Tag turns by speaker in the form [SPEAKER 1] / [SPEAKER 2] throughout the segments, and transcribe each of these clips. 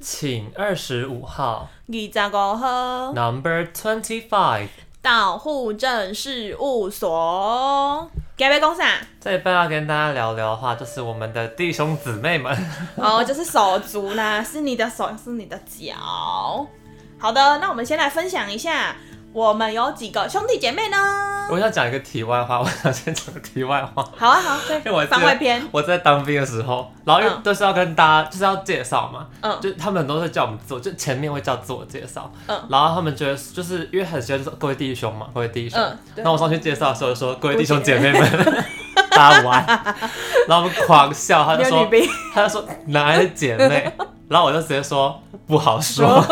[SPEAKER 1] 请二十五号
[SPEAKER 2] 二十五号
[SPEAKER 1] ，Number Twenty Five，
[SPEAKER 2] 到户政事务所。该杯公啥？
[SPEAKER 1] 这一半要跟大家聊聊的话，就是我们的弟兄姊妹 们。
[SPEAKER 2] 哦，就是手足啦，是你的手，是你的脚。好的，那我们先来分享一下，我们有几个兄弟姐妹呢？
[SPEAKER 1] 我想讲一个题外话，我想先讲个题外话。
[SPEAKER 2] 好啊，好，对
[SPEAKER 1] 因为 我，记
[SPEAKER 2] 番外篇
[SPEAKER 1] 得。我在当兵的时候，然后又
[SPEAKER 2] 嗯
[SPEAKER 1] 都是要跟大家就是要介绍嘛，
[SPEAKER 2] 嗯
[SPEAKER 1] 就他们都是叫我们做，就前面会叫自我介绍，
[SPEAKER 2] 嗯
[SPEAKER 1] 然后他们觉得就是因为很喜欢说各位弟兄嘛，各位弟兄，
[SPEAKER 2] 嗯对
[SPEAKER 1] 那我上去介绍的时候就说各位弟兄姐妹们，大家午安，然后我们狂笑，他就
[SPEAKER 2] 没有
[SPEAKER 1] 说
[SPEAKER 2] 女兵，
[SPEAKER 1] 他就说哪来的姐 妹，然后我就直接说不好说，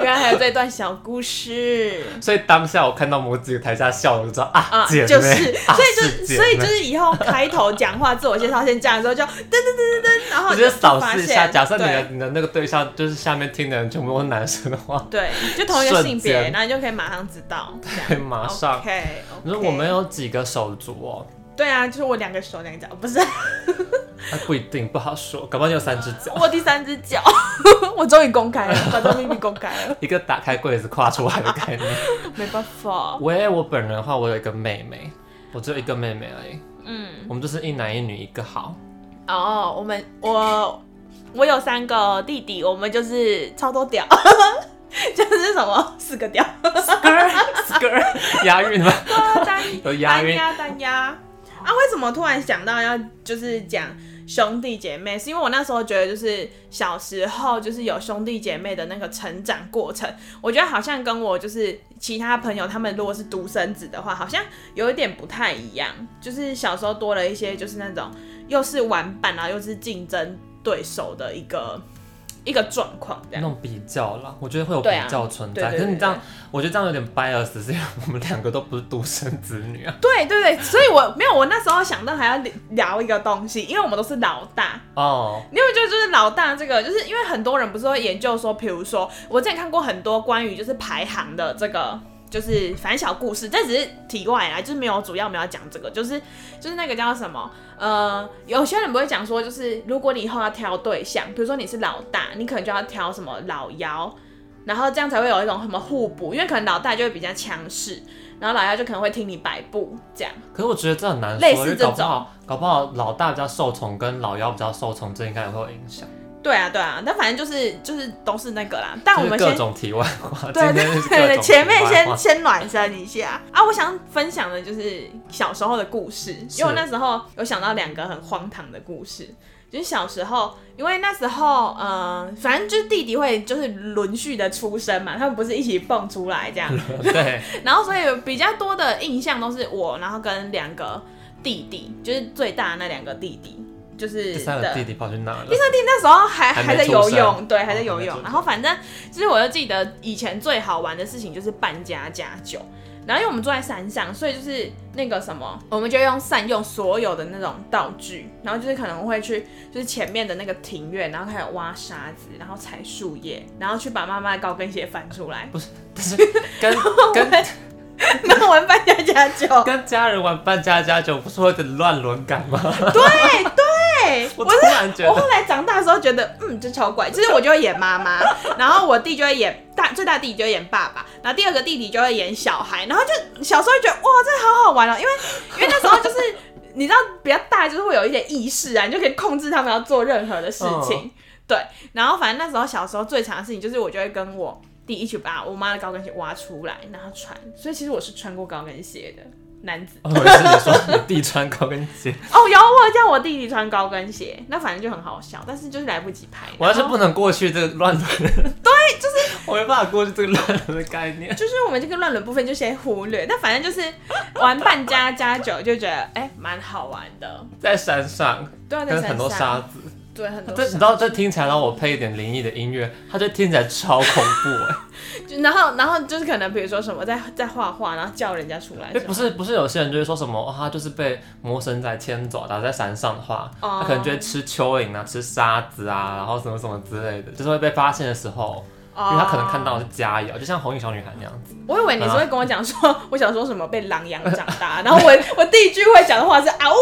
[SPEAKER 2] 原来还有这段小故事。
[SPEAKER 1] 所以当下我看到某几个台下笑，我就知道啊
[SPEAKER 2] 啊，
[SPEAKER 1] 姐妹，
[SPEAKER 2] 就是，
[SPEAKER 1] 啊
[SPEAKER 2] 所以就是
[SPEAKER 1] 姐
[SPEAKER 2] 所以
[SPEAKER 1] 妹
[SPEAKER 2] 就是以后开头讲话、自我介绍先这样的时候就噔噔噔噔噔，然后
[SPEAKER 1] 我
[SPEAKER 2] 你
[SPEAKER 1] 觉
[SPEAKER 2] 就
[SPEAKER 1] 得扫
[SPEAKER 2] 发
[SPEAKER 1] 视一
[SPEAKER 2] 现
[SPEAKER 1] 下，假设你的
[SPEAKER 2] 对
[SPEAKER 1] 你的那个对象就是下面听的人全部都是男生的话，
[SPEAKER 2] 对，就同一个性
[SPEAKER 1] 瞬
[SPEAKER 2] 别，
[SPEAKER 1] 间
[SPEAKER 2] 然后你就可以马上知道。
[SPEAKER 1] 可以马上。
[SPEAKER 2] OK，
[SPEAKER 1] 你说我们有几个手足哦？
[SPEAKER 2] 对啊，就是我两个手两个脚，不是
[SPEAKER 1] 那哎不一定，不好说，搞不好你有三只脚，
[SPEAKER 2] 我第三只 脚，我终于公开 了，把这秘密公开了，
[SPEAKER 1] 一个打开柜子跨出来的概 念。
[SPEAKER 2] 没办法。
[SPEAKER 1] 喂，我本人的话，我有一个妹妹，我只有一个妹妹而已。
[SPEAKER 2] 嗯，
[SPEAKER 1] 我们就是一男一女，一个 好。
[SPEAKER 2] 哦，我们我我有三个弟弟，我们就是超多屌， 就是什么四个屌，
[SPEAKER 1] skr 押韵吗？
[SPEAKER 2] 单
[SPEAKER 1] 有押
[SPEAKER 2] 单
[SPEAKER 1] 韵。
[SPEAKER 2] 压单压啊！为什么突然想到要就是讲兄弟姐妹？是因为我那时候觉得就是小时候就是有兄弟姐妹的那个成长过程，我觉得好像跟我就是其他朋友他们如果是独生子的话，好像有一点不太一样，就是小时候多了一些就是那种又是玩伴啊，又是竞争对手的一个 一个状况这
[SPEAKER 1] 那
[SPEAKER 2] 样。
[SPEAKER 1] 种比较啦，我觉得会有比
[SPEAKER 2] 对啊
[SPEAKER 1] 较存
[SPEAKER 2] 对
[SPEAKER 1] 在。
[SPEAKER 2] 对
[SPEAKER 1] 可是你这样
[SPEAKER 2] 对，
[SPEAKER 1] 我觉得这样有点 bias，是因为我们两个都不是独生子女 啊。
[SPEAKER 2] 对对对，所以我没有我那时候想到还要聊一个东西，因为我们都是老大，
[SPEAKER 1] 哦，
[SPEAKER 2] 你有没有觉得就是老大这个，就是因为很多人不是会研究说，比如说我之前看过很多关于就是排行的这个，就是反正小故事，这只是题外啦，就是没有主要我们要讲这个，就是就是那个叫什么，呃，有些人不会讲说，就是如果你以后要挑对象，比如说你是老大，你可能就要挑什么老幺，然后这样才会有一种什么互补，因为可能老大就会比较强势，然后老幺就可能会听你摆布这样。
[SPEAKER 1] 可是我觉得这很难说，
[SPEAKER 2] 类似
[SPEAKER 1] 因为
[SPEAKER 2] 这
[SPEAKER 1] 搞不好搞不好老大比较受宠，跟老幺比较受宠，这应该也会有影响。
[SPEAKER 2] 对啊，对啊，但反正就是就是都是那个啦。但我们
[SPEAKER 1] 就是
[SPEAKER 2] 先
[SPEAKER 1] 各种题外话，
[SPEAKER 2] 对
[SPEAKER 1] 啊今天
[SPEAKER 2] 对
[SPEAKER 1] 是各
[SPEAKER 2] 对，
[SPEAKER 1] 种
[SPEAKER 2] 前面
[SPEAKER 1] 题外话
[SPEAKER 2] 先先暖身一下啊！我想分享的就是小时候的故事，因为我那时候有想到两个很荒唐的故事，就是小时候，因为那时候呃，反正就是弟弟会就是轮序的出生嘛，他们不是一起蹦出来 这样，
[SPEAKER 1] 对，
[SPEAKER 2] 然后所以比较多的印象都是我，然后跟两个弟弟，就是最大的那两个弟弟，就是
[SPEAKER 1] 第三
[SPEAKER 2] 的
[SPEAKER 1] 个弟弟跑去哪了？
[SPEAKER 2] 那时候还
[SPEAKER 1] 还没
[SPEAKER 2] 还在
[SPEAKER 1] 出
[SPEAKER 2] 游
[SPEAKER 1] 生
[SPEAKER 2] 泳，对，
[SPEAKER 1] 哦
[SPEAKER 2] 还在游
[SPEAKER 1] 还没出
[SPEAKER 2] 泳。
[SPEAKER 1] 生
[SPEAKER 2] 然后反正其实我就记得以前最好玩的事情就是扮家家酒。然后因为我们住在山上，所以就是那个什么，我们就用善用所有的那种道具，然后就是可能会去就是前面的那个庭院，然后开始挖沙子，然后踩树叶，然后去把妈妈的高跟鞋翻出来，
[SPEAKER 1] 但是跟跟
[SPEAKER 2] 然后玩扮家家酒。
[SPEAKER 1] 跟家人玩扮家家酒，不是会有点乱伦感吗？
[SPEAKER 2] 对 对，
[SPEAKER 1] 我突然觉
[SPEAKER 2] 我
[SPEAKER 1] 得，
[SPEAKER 2] 后来长大的时候觉得，嗯，这超怪。就是我就会演妈妈， 然后我弟就会演大最大弟弟就会演爸爸，然后第二个弟弟就会演小孩，然后就小时候就觉得哇，这好好玩哦，因为因为那时候就是你知道比较大，就是会有一点意识啊，你就可以控制他们要做任何的事情。对，然后反正那时候小时候最长的事情就是我就会跟我弟一起把我妈的高跟鞋挖出来，然后穿。所以其实我是穿过高跟鞋的男子。
[SPEAKER 1] 我是哦你说你弟穿高跟 鞋，
[SPEAKER 2] 哦，有我有叫我弟弟穿高跟鞋，那反正就很好笑，但是就是来不及拍。
[SPEAKER 1] 我要是
[SPEAKER 2] 然后
[SPEAKER 1] 不能过去这个乱伦，对，就是我没办法过去这个乱伦的概念。
[SPEAKER 2] 就是我们这个乱伦部分就先忽略，但反正就是玩扮家家酒就觉得哎蛮、好玩的，
[SPEAKER 1] 在山上
[SPEAKER 2] 对啊，在
[SPEAKER 1] 跟
[SPEAKER 2] 山上
[SPEAKER 1] 很多沙子，
[SPEAKER 2] 对很多
[SPEAKER 1] 这你知
[SPEAKER 2] 沙，
[SPEAKER 1] 道这听起来让我配一点灵异的音乐，它就听起来超恐怖 哎。
[SPEAKER 2] 就然后然后就是可能比如说什么在在画画，然后叫人家出来
[SPEAKER 1] 因为
[SPEAKER 2] 什么，
[SPEAKER 1] 不是不是有些人就会说什么、哦、他就是被魔神仔牵走，然后在山上的话，
[SPEAKER 2] 哦
[SPEAKER 1] 他可能就会吃蚯蚓啊、吃沙子啊，然后什么什么之类的，就是会被发现的时候，因
[SPEAKER 2] 哦
[SPEAKER 1] 为他可能看到的是佳肴，就像红衣小女孩那样子。
[SPEAKER 2] 我以为你是会跟 我讲说，我小时候什么被狼养长大，然后我我第一句会讲的话是啊呜，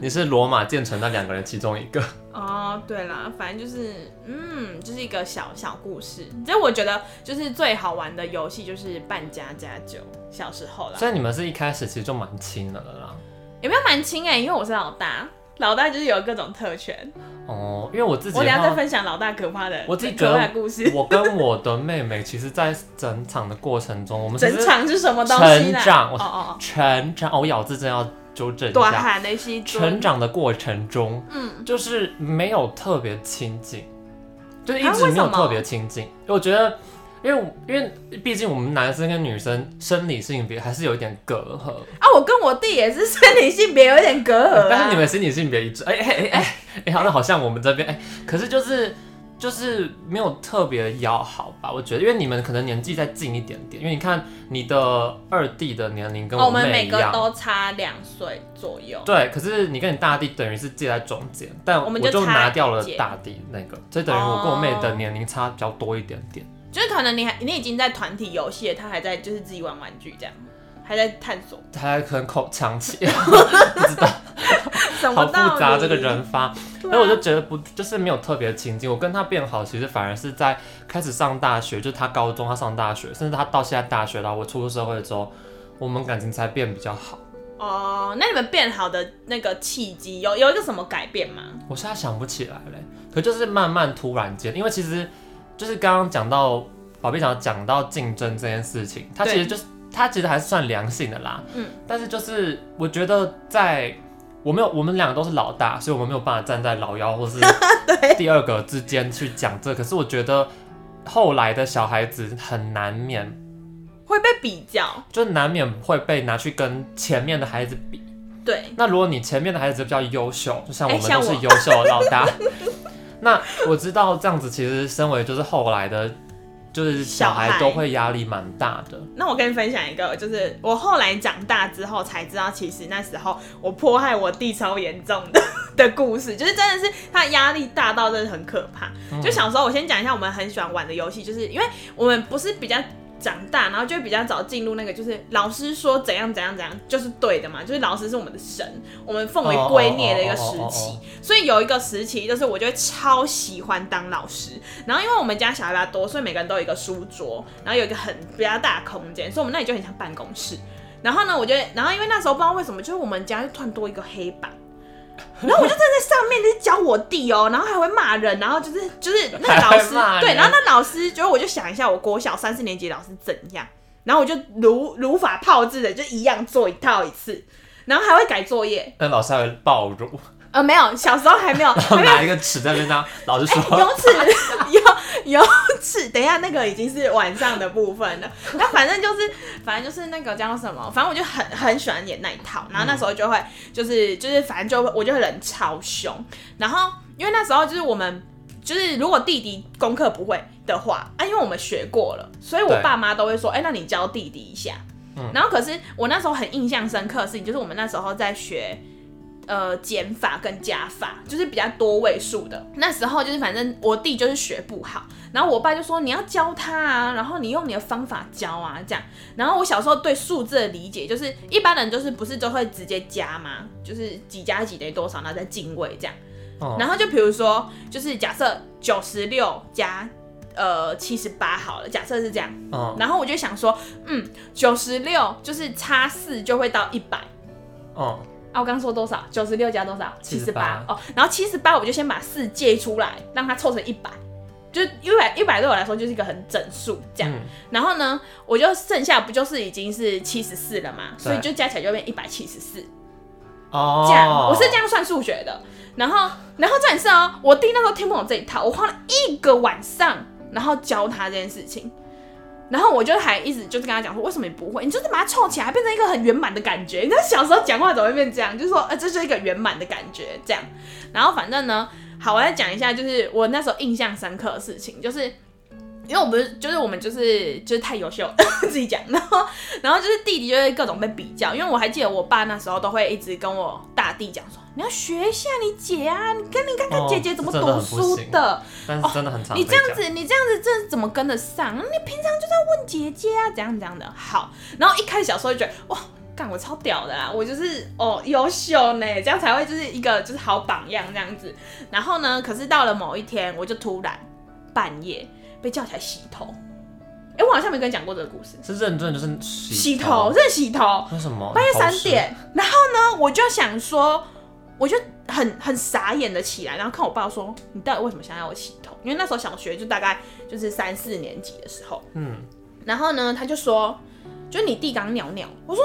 [SPEAKER 1] 你是罗马建成那两个人其中一 个。
[SPEAKER 2] 哦，对啦，反正就是，嗯，就是一个小小故事。这我觉得就是最好玩的游戏就是扮家家酒，小时候啦，
[SPEAKER 1] 所以你们是一开始其实就蛮亲的了啦。
[SPEAKER 2] 有没有蛮亲哎？因为我是老大，老大就是有各种特权。
[SPEAKER 1] 哦，因为我自己
[SPEAKER 2] 我等一
[SPEAKER 1] 的
[SPEAKER 2] 下再
[SPEAKER 1] 话，
[SPEAKER 2] 分享老大可怕的
[SPEAKER 1] 我自己
[SPEAKER 2] 可怕
[SPEAKER 1] 跟
[SPEAKER 2] 的故事。
[SPEAKER 1] 我跟我的妹妹，其实，在整场的过程中，我们其
[SPEAKER 2] 整
[SPEAKER 1] 实
[SPEAKER 2] 场是什么东西
[SPEAKER 1] 成
[SPEAKER 2] 啦？
[SPEAKER 1] 长
[SPEAKER 2] 哦哦
[SPEAKER 1] 成长，哦我咬字真的要纠正
[SPEAKER 2] 哦，
[SPEAKER 1] 一
[SPEAKER 2] 短
[SPEAKER 1] 下。
[SPEAKER 2] 喊那些
[SPEAKER 1] 成长的过程中，
[SPEAKER 2] 嗯，
[SPEAKER 1] 就是没有特别亲近，就是一
[SPEAKER 2] 啊
[SPEAKER 1] 直
[SPEAKER 2] 为
[SPEAKER 1] 没
[SPEAKER 2] 什
[SPEAKER 1] 有
[SPEAKER 2] 么
[SPEAKER 1] 特别亲近。我觉得，因为因为毕竟我们男生跟女生生理性别还是有一点隔阂，
[SPEAKER 2] 啊，我跟我弟也是生理性别有点隔阂、啊，
[SPEAKER 1] 但是你们心理性别一 致，哎哎哎哎哎，好像好像我们这边哎、可是就是就是没有特别要好吧？我觉得，因为你们可能年纪再近一点点，因为你看你的二弟的年龄跟
[SPEAKER 2] 哦我们
[SPEAKER 1] 妹
[SPEAKER 2] 每
[SPEAKER 1] 一
[SPEAKER 2] 个
[SPEAKER 1] 样，
[SPEAKER 2] 都差两岁左右。
[SPEAKER 1] 对，可是你跟你大弟等于是介在中间，但
[SPEAKER 2] 我
[SPEAKER 1] 我
[SPEAKER 2] 们就
[SPEAKER 1] 就
[SPEAKER 2] 差
[SPEAKER 1] 拿掉
[SPEAKER 2] 一
[SPEAKER 1] 了
[SPEAKER 2] 届
[SPEAKER 1] 大弟那个，所以等于我跟我妹的年龄差比较多一点点。
[SPEAKER 2] 就是可能你还你已经在团体游戏了，他还在就是自己玩玩具这样，还在探索
[SPEAKER 1] 他可能口腔气，
[SPEAKER 2] 什么
[SPEAKER 1] 好复
[SPEAKER 2] 道理？
[SPEAKER 1] 杂这个人发，
[SPEAKER 2] 对啊，
[SPEAKER 1] 哎所以我就觉得不就是没有特别亲近。我跟他变好，其实反而是在开始上大学，就是他高中他上大学，甚至他到现在大学了，我出入社会之后，我们感情才变比较好。
[SPEAKER 2] 哦，那你们变好的那个契机有有一个什么改变吗？
[SPEAKER 1] 我现在想不起来嘞，可就是慢慢突然间，因为其实就是刚刚讲到宝贝讲讲到竞争这件事情，它
[SPEAKER 2] 对
[SPEAKER 1] 其实就是它其实还是算良性的啦。
[SPEAKER 2] 嗯，
[SPEAKER 1] 但是就是我觉得在我没有我们两个都是老大，所以我们没有办法站在老幺 或是第二个之间去讲这。可是我觉得后来的小孩子很难免，
[SPEAKER 2] 会被比较，
[SPEAKER 1] 就难免会被拿去跟前面的孩子比。
[SPEAKER 2] 对，
[SPEAKER 1] 那如果你前面的孩子比较优秀，就像我们
[SPEAKER 2] 哎像
[SPEAKER 1] 都
[SPEAKER 2] 我
[SPEAKER 1] 是优秀的老大，那我知道这样子，其实身为就是后来的，就是小
[SPEAKER 2] 小
[SPEAKER 1] 孩
[SPEAKER 2] 孩
[SPEAKER 1] 都会压力蛮大的。
[SPEAKER 2] 那我跟你分享一个，就是我后来长大之后才知道，其实那时候我迫害我弟超严重的的故事，就是真的是他压力大到真的很可怕。就小时候，我先讲一下我们很喜欢玩的游戏，就是因为我们不是比较。长大，然后就会比较早进入那个，就是老师说怎样怎样怎样就是对的嘛，就是老师是我们的神，我们奉为圭臬的一个时
[SPEAKER 1] 哦哦哦哦
[SPEAKER 2] 期
[SPEAKER 1] 哦。
[SPEAKER 2] 所以有一个时期，就是我就会超喜欢当老师。然后因为我们家小孩比较多，所以每个人都有一个书桌，然后有一个很比较大的空间，所以我们那里就很像办公室。然后呢，我就会然后因为那时候不知道为什么，就是我们家就突然多一个黑板。然后我就站在上面，就是教我弟哦，然后还会骂人，然后就是就是那个老
[SPEAKER 1] 还会
[SPEAKER 2] 师
[SPEAKER 1] 骂人
[SPEAKER 2] 对，然后那老师，就是我就想一下，我国小三四年级老师怎样，然后我就如如法炮制的就一样做一套一次，然后还会改作业，
[SPEAKER 1] 那老师还会暴辱，
[SPEAKER 2] 呃，没有，小时候还没有，还没有
[SPEAKER 1] 拿一个尺在那边当，老师 说、
[SPEAKER 2] 有齿 有有齿，等一下那个已经是晚上的部分了。那反正就是反正就是那个叫什么，反正我就很很喜欢演那一套。然后那时候就会就是就是反正就会我就会人超凶。然后因为那时候就是我们就是如果弟弟功课不会的话啊，因为我们学过了，所以我
[SPEAKER 1] 对
[SPEAKER 2] 爸妈都会说，哎、那你教弟弟一下。
[SPEAKER 1] 嗯
[SPEAKER 2] 然后可是我那时候很印象深刻的事情，就是我们那时候在学呃减法跟加法，就是比较多位数的。那时候就是反正我弟就是学不好，然后我爸就说你要教他啊，然后你用你的方法教啊这样。然后我小时候对数字的理解就是一般人就是不是都会直接加吗？就是几加几等于多少，然后再进位这样。
[SPEAKER 1] 嗯
[SPEAKER 2] 然后就比如说就是假设九十六加呃七十八好了，假设是这样。
[SPEAKER 1] 嗯
[SPEAKER 2] 然后我就想说，嗯，九十六就是差四就会到一百。
[SPEAKER 1] 嗯，
[SPEAKER 2] 啊，我刚说多少？九十六加多少？七十八
[SPEAKER 1] 78
[SPEAKER 2] 哦。然后七十八，我就先把四借出来，让它凑成一百。就一百一百对我来说就是一个很整数这样。
[SPEAKER 1] 嗯
[SPEAKER 2] 然后呢，我就剩下不就是已经是七十四了嘛，所以
[SPEAKER 1] 对
[SPEAKER 2] 就加起来就变一百七十四。
[SPEAKER 1] 哦，
[SPEAKER 2] 这样，我是这样算数学的。然后，然后重点是哦，我弟那时候听不懂这一套，我花了一个晚上，然后教他这件事情。然后我就还一直就是跟他讲说，为什么你不会？你就是把它凑起来，变成一个很圆满的感觉。你知道小时候讲话怎么会变这样？就是说，呃，这就是一个圆满的感觉这样。然后反正呢，好，我再讲一下，就是我那时候印象深刻的事情，就是因为我不是，就是我们就是就是太优秀了， 自己讲。然后然后就是弟弟就会各种被比较，因为我还记得我爸那时候都会一直跟我大弟讲说，你要学一下你姐啊，你跟你看看
[SPEAKER 1] 哦
[SPEAKER 2] 姐姐怎么
[SPEAKER 1] 这真的
[SPEAKER 2] 读
[SPEAKER 1] 很不
[SPEAKER 2] 书
[SPEAKER 1] 行
[SPEAKER 2] 的
[SPEAKER 1] 但是真的很常、被
[SPEAKER 2] 你这样
[SPEAKER 1] 讲，
[SPEAKER 2] 子，你这样子，这怎么跟得上？你平常就在问姐姐啊，怎样怎样的。好，然后一开始小时候就觉得哇，干我超屌的啦，我就是哦优秀呢，这样才会就是一个就是好榜样这样子。然后呢，可是到了某一天，我就突然半夜被叫起来洗头。哎、我好像没跟你讲过这个故事。
[SPEAKER 1] 是认真就是洗
[SPEAKER 2] 洗头，真的洗头，
[SPEAKER 1] 为什么？
[SPEAKER 2] 半夜
[SPEAKER 1] 好
[SPEAKER 2] 三
[SPEAKER 1] 湿
[SPEAKER 2] 点。然后呢，我就想说，我就很很傻眼的起来，然后看我爸说：“你到底为什么想要我洗头？”因为那时候小学就大概就是三四年级的时候。
[SPEAKER 1] 嗯，
[SPEAKER 2] 然后呢，他就说，就你弟刚尿尿。我说，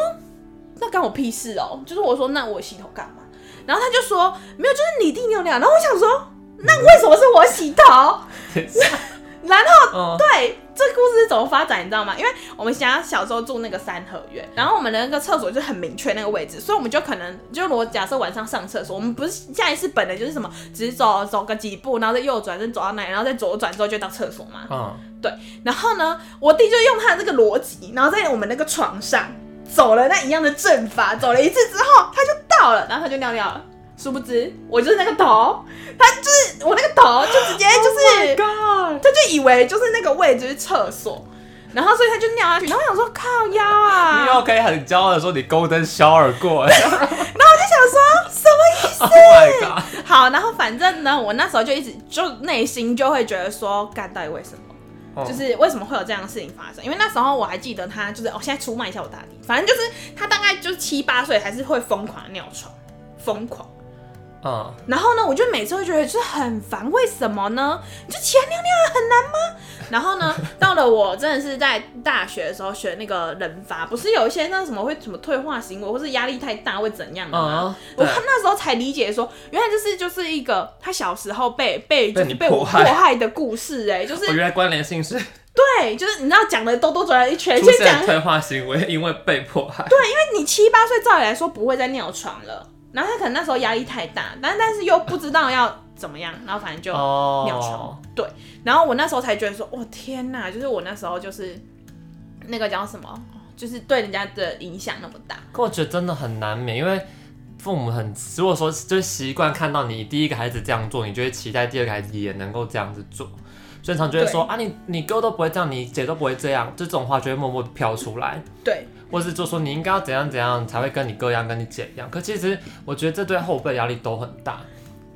[SPEAKER 2] 那干我屁事哦、就是我说，那我洗头干嘛？然后他就说，没有，就是你弟尿尿。然后我想说，那为什么是我洗头？然后
[SPEAKER 1] 哦，
[SPEAKER 2] 对，这故事是怎么发展，你知道吗？因为我们家小时候住那个三合院，然后我们的那个厕所就很明确那个位置，所以我们就可能就如果假设晚上上厕所，我们不是下一次本来就是什么，只是走走个几步，然后再右转，再走到那里，然后再左转之后就到厕所嘛。
[SPEAKER 1] 嗯，
[SPEAKER 2] 然后呢，我弟就用他的这个逻辑，然后在我们那个床上走了那一样的阵法，走了一次之后，他就到了，然后他就尿尿了。殊不知，我就是那个头，他就是我那个头，就直接就是他就以为就是那个位置是厕所，然后所以他就尿下去，然后我想说靠腰啊，
[SPEAKER 1] 你又可以很骄傲的说你 golden shower 过
[SPEAKER 2] 我想说什么意思？
[SPEAKER 1] ，Oh my god，
[SPEAKER 2] 好，然后反正呢，我那时候就一直就内心就会觉得说，干到底为什么？
[SPEAKER 1] 哦
[SPEAKER 2] 就是为什么会有这样的事情发生？因为那时候我还记得他，就是我、哦、现在出卖一下我大弟，反正就是他大概就是七八岁还是会疯狂地尿床，疯狂。
[SPEAKER 1] 嗯，
[SPEAKER 2] 然后呢，我就每次会觉得就是很烦，为什么呢？你就起来尿尿了很难吗？然后呢，到了我真的是在大学的时候学那个人法，不是有一些那什么会什么退化行为，或是压力太大会怎样的吗？
[SPEAKER 1] 嗯，
[SPEAKER 2] 我
[SPEAKER 1] 对，
[SPEAKER 2] 看那时候才理解说，原来这是就是一个他小时候被被就
[SPEAKER 1] 被你
[SPEAKER 2] 是
[SPEAKER 1] 哦
[SPEAKER 2] 被我
[SPEAKER 1] 迫
[SPEAKER 2] 迫
[SPEAKER 1] 害
[SPEAKER 2] 害的故事、哎，就是
[SPEAKER 1] 我原来关联性是
[SPEAKER 2] 对，就是你知道讲的兜兜转了一圈，
[SPEAKER 1] 出
[SPEAKER 2] 哎先讲
[SPEAKER 1] 现退化行为，因为被迫 害，
[SPEAKER 2] 你七八岁照理来说不会再尿床了，然后他可能那时候压力太大，但但是又不知道要怎么样，然后反正就
[SPEAKER 1] 哦，
[SPEAKER 2] 尿床。对，然后我那时候才觉得说，哦天哪，就是我那时候就是那个叫什么，就是对人家的影响那么大。
[SPEAKER 1] 可我觉得真的很难免，因为父母很，如果说就是习惯看到你第一个孩子这样做，你就会期待第二个孩子也能够这样子做。所以常就会说啊，你你哥都不会这样，你姐都不会这样，这种话就会默默飘出来，
[SPEAKER 2] 对，
[SPEAKER 1] 或是就说你应该要怎样怎样才会跟你哥一样，跟你姐一样。可其实我觉得这对后辈压力都很大，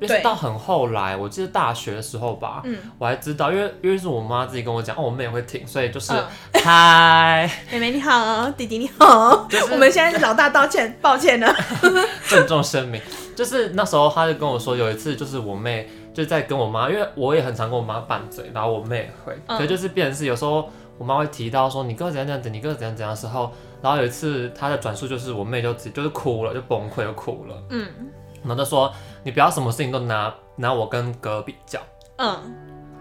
[SPEAKER 1] 因为
[SPEAKER 2] 对
[SPEAKER 1] 是到很后来，我记得大学的时候吧，
[SPEAKER 2] 嗯，
[SPEAKER 1] 我还知道，因为因为是我妈自己跟我讲，哦，我妹也会听，所以就是
[SPEAKER 2] 嗯
[SPEAKER 1] 嗨，
[SPEAKER 2] 妹妹你好，弟弟你好，
[SPEAKER 1] 就是
[SPEAKER 2] 我们现在是老大道歉，抱 歉了。
[SPEAKER 1] 郑重声明，就是那时候她就跟我说，有一次就是我妹就在跟我妈，因为我也很常跟我妈拌嘴，然后我妹也会，
[SPEAKER 2] 嗯
[SPEAKER 1] 可是就是变成是有时候我妈会提到说你哥怎样怎样子，你哥怎样怎样的时候，然后有一次她的转述就是我妹就直就是哭了，就崩溃就哭了，
[SPEAKER 2] 嗯
[SPEAKER 1] 然后就说你不要什么事情都拿拿我跟哥比较，
[SPEAKER 2] 嗯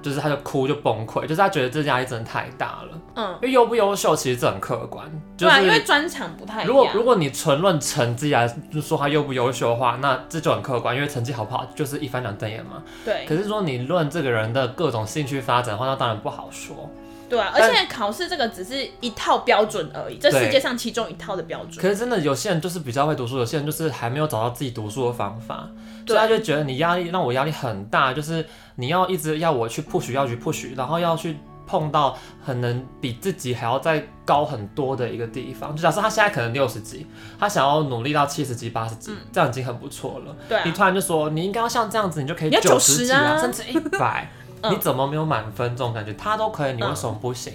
[SPEAKER 1] 就是她就哭就崩溃，就是她觉得这压力真的太大了，
[SPEAKER 2] 嗯，
[SPEAKER 1] 因为优不优秀其实这很客观，就
[SPEAKER 2] 对啊，因为
[SPEAKER 1] 是。
[SPEAKER 2] 专场不太一
[SPEAKER 1] 如果
[SPEAKER 2] 样
[SPEAKER 1] 如。果你纯论成绩来说他优不优秀的话，那这就很客观，因为成绩好不好就是一翻两瞪眼嘛。
[SPEAKER 2] 对
[SPEAKER 1] 可是说你论这个人的各种兴趣发展的话，那当然不好说。
[SPEAKER 2] 对啊，而且考试这个只是一套标准而已，这
[SPEAKER 1] 对
[SPEAKER 2] 世界上其中一套的标准。
[SPEAKER 1] 可是真的有些人就是比较会读书，有些人就是还没有找到自己读书的方法，所
[SPEAKER 2] 对
[SPEAKER 1] 以他就觉得你压力让我压力很大，就是你要一直要我去 push 要去 push，然后要去碰到很能比自己还要再高很多的一个地方。就假设他现在可能六十级，他想要努力到七十级、八十级，这样已经很不错了。
[SPEAKER 2] 嗯对啊
[SPEAKER 1] 你，突然就说你应该要像这样子，你就可以
[SPEAKER 2] 你要
[SPEAKER 1] 九
[SPEAKER 2] 90
[SPEAKER 1] 十几
[SPEAKER 2] 啊
[SPEAKER 1] 甚至一 百、
[SPEAKER 2] 嗯
[SPEAKER 1] 你怎么没有满分？这种感觉他都可以，你为什么不行？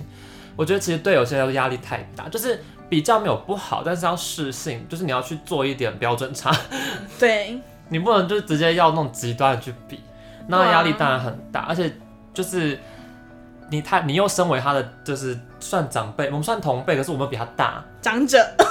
[SPEAKER 1] 我觉得其实对有些人压力太大，就是比较没有不好，但是要适性，就是你要去做一点标准差，
[SPEAKER 2] 对，
[SPEAKER 1] 你不能就直接要那种极端的去比，那压力当然很大，而且就是你太你又身为他的就是算长辈，我们算同辈，可是我们比他大，
[SPEAKER 2] 长者，
[SPEAKER 1] 哎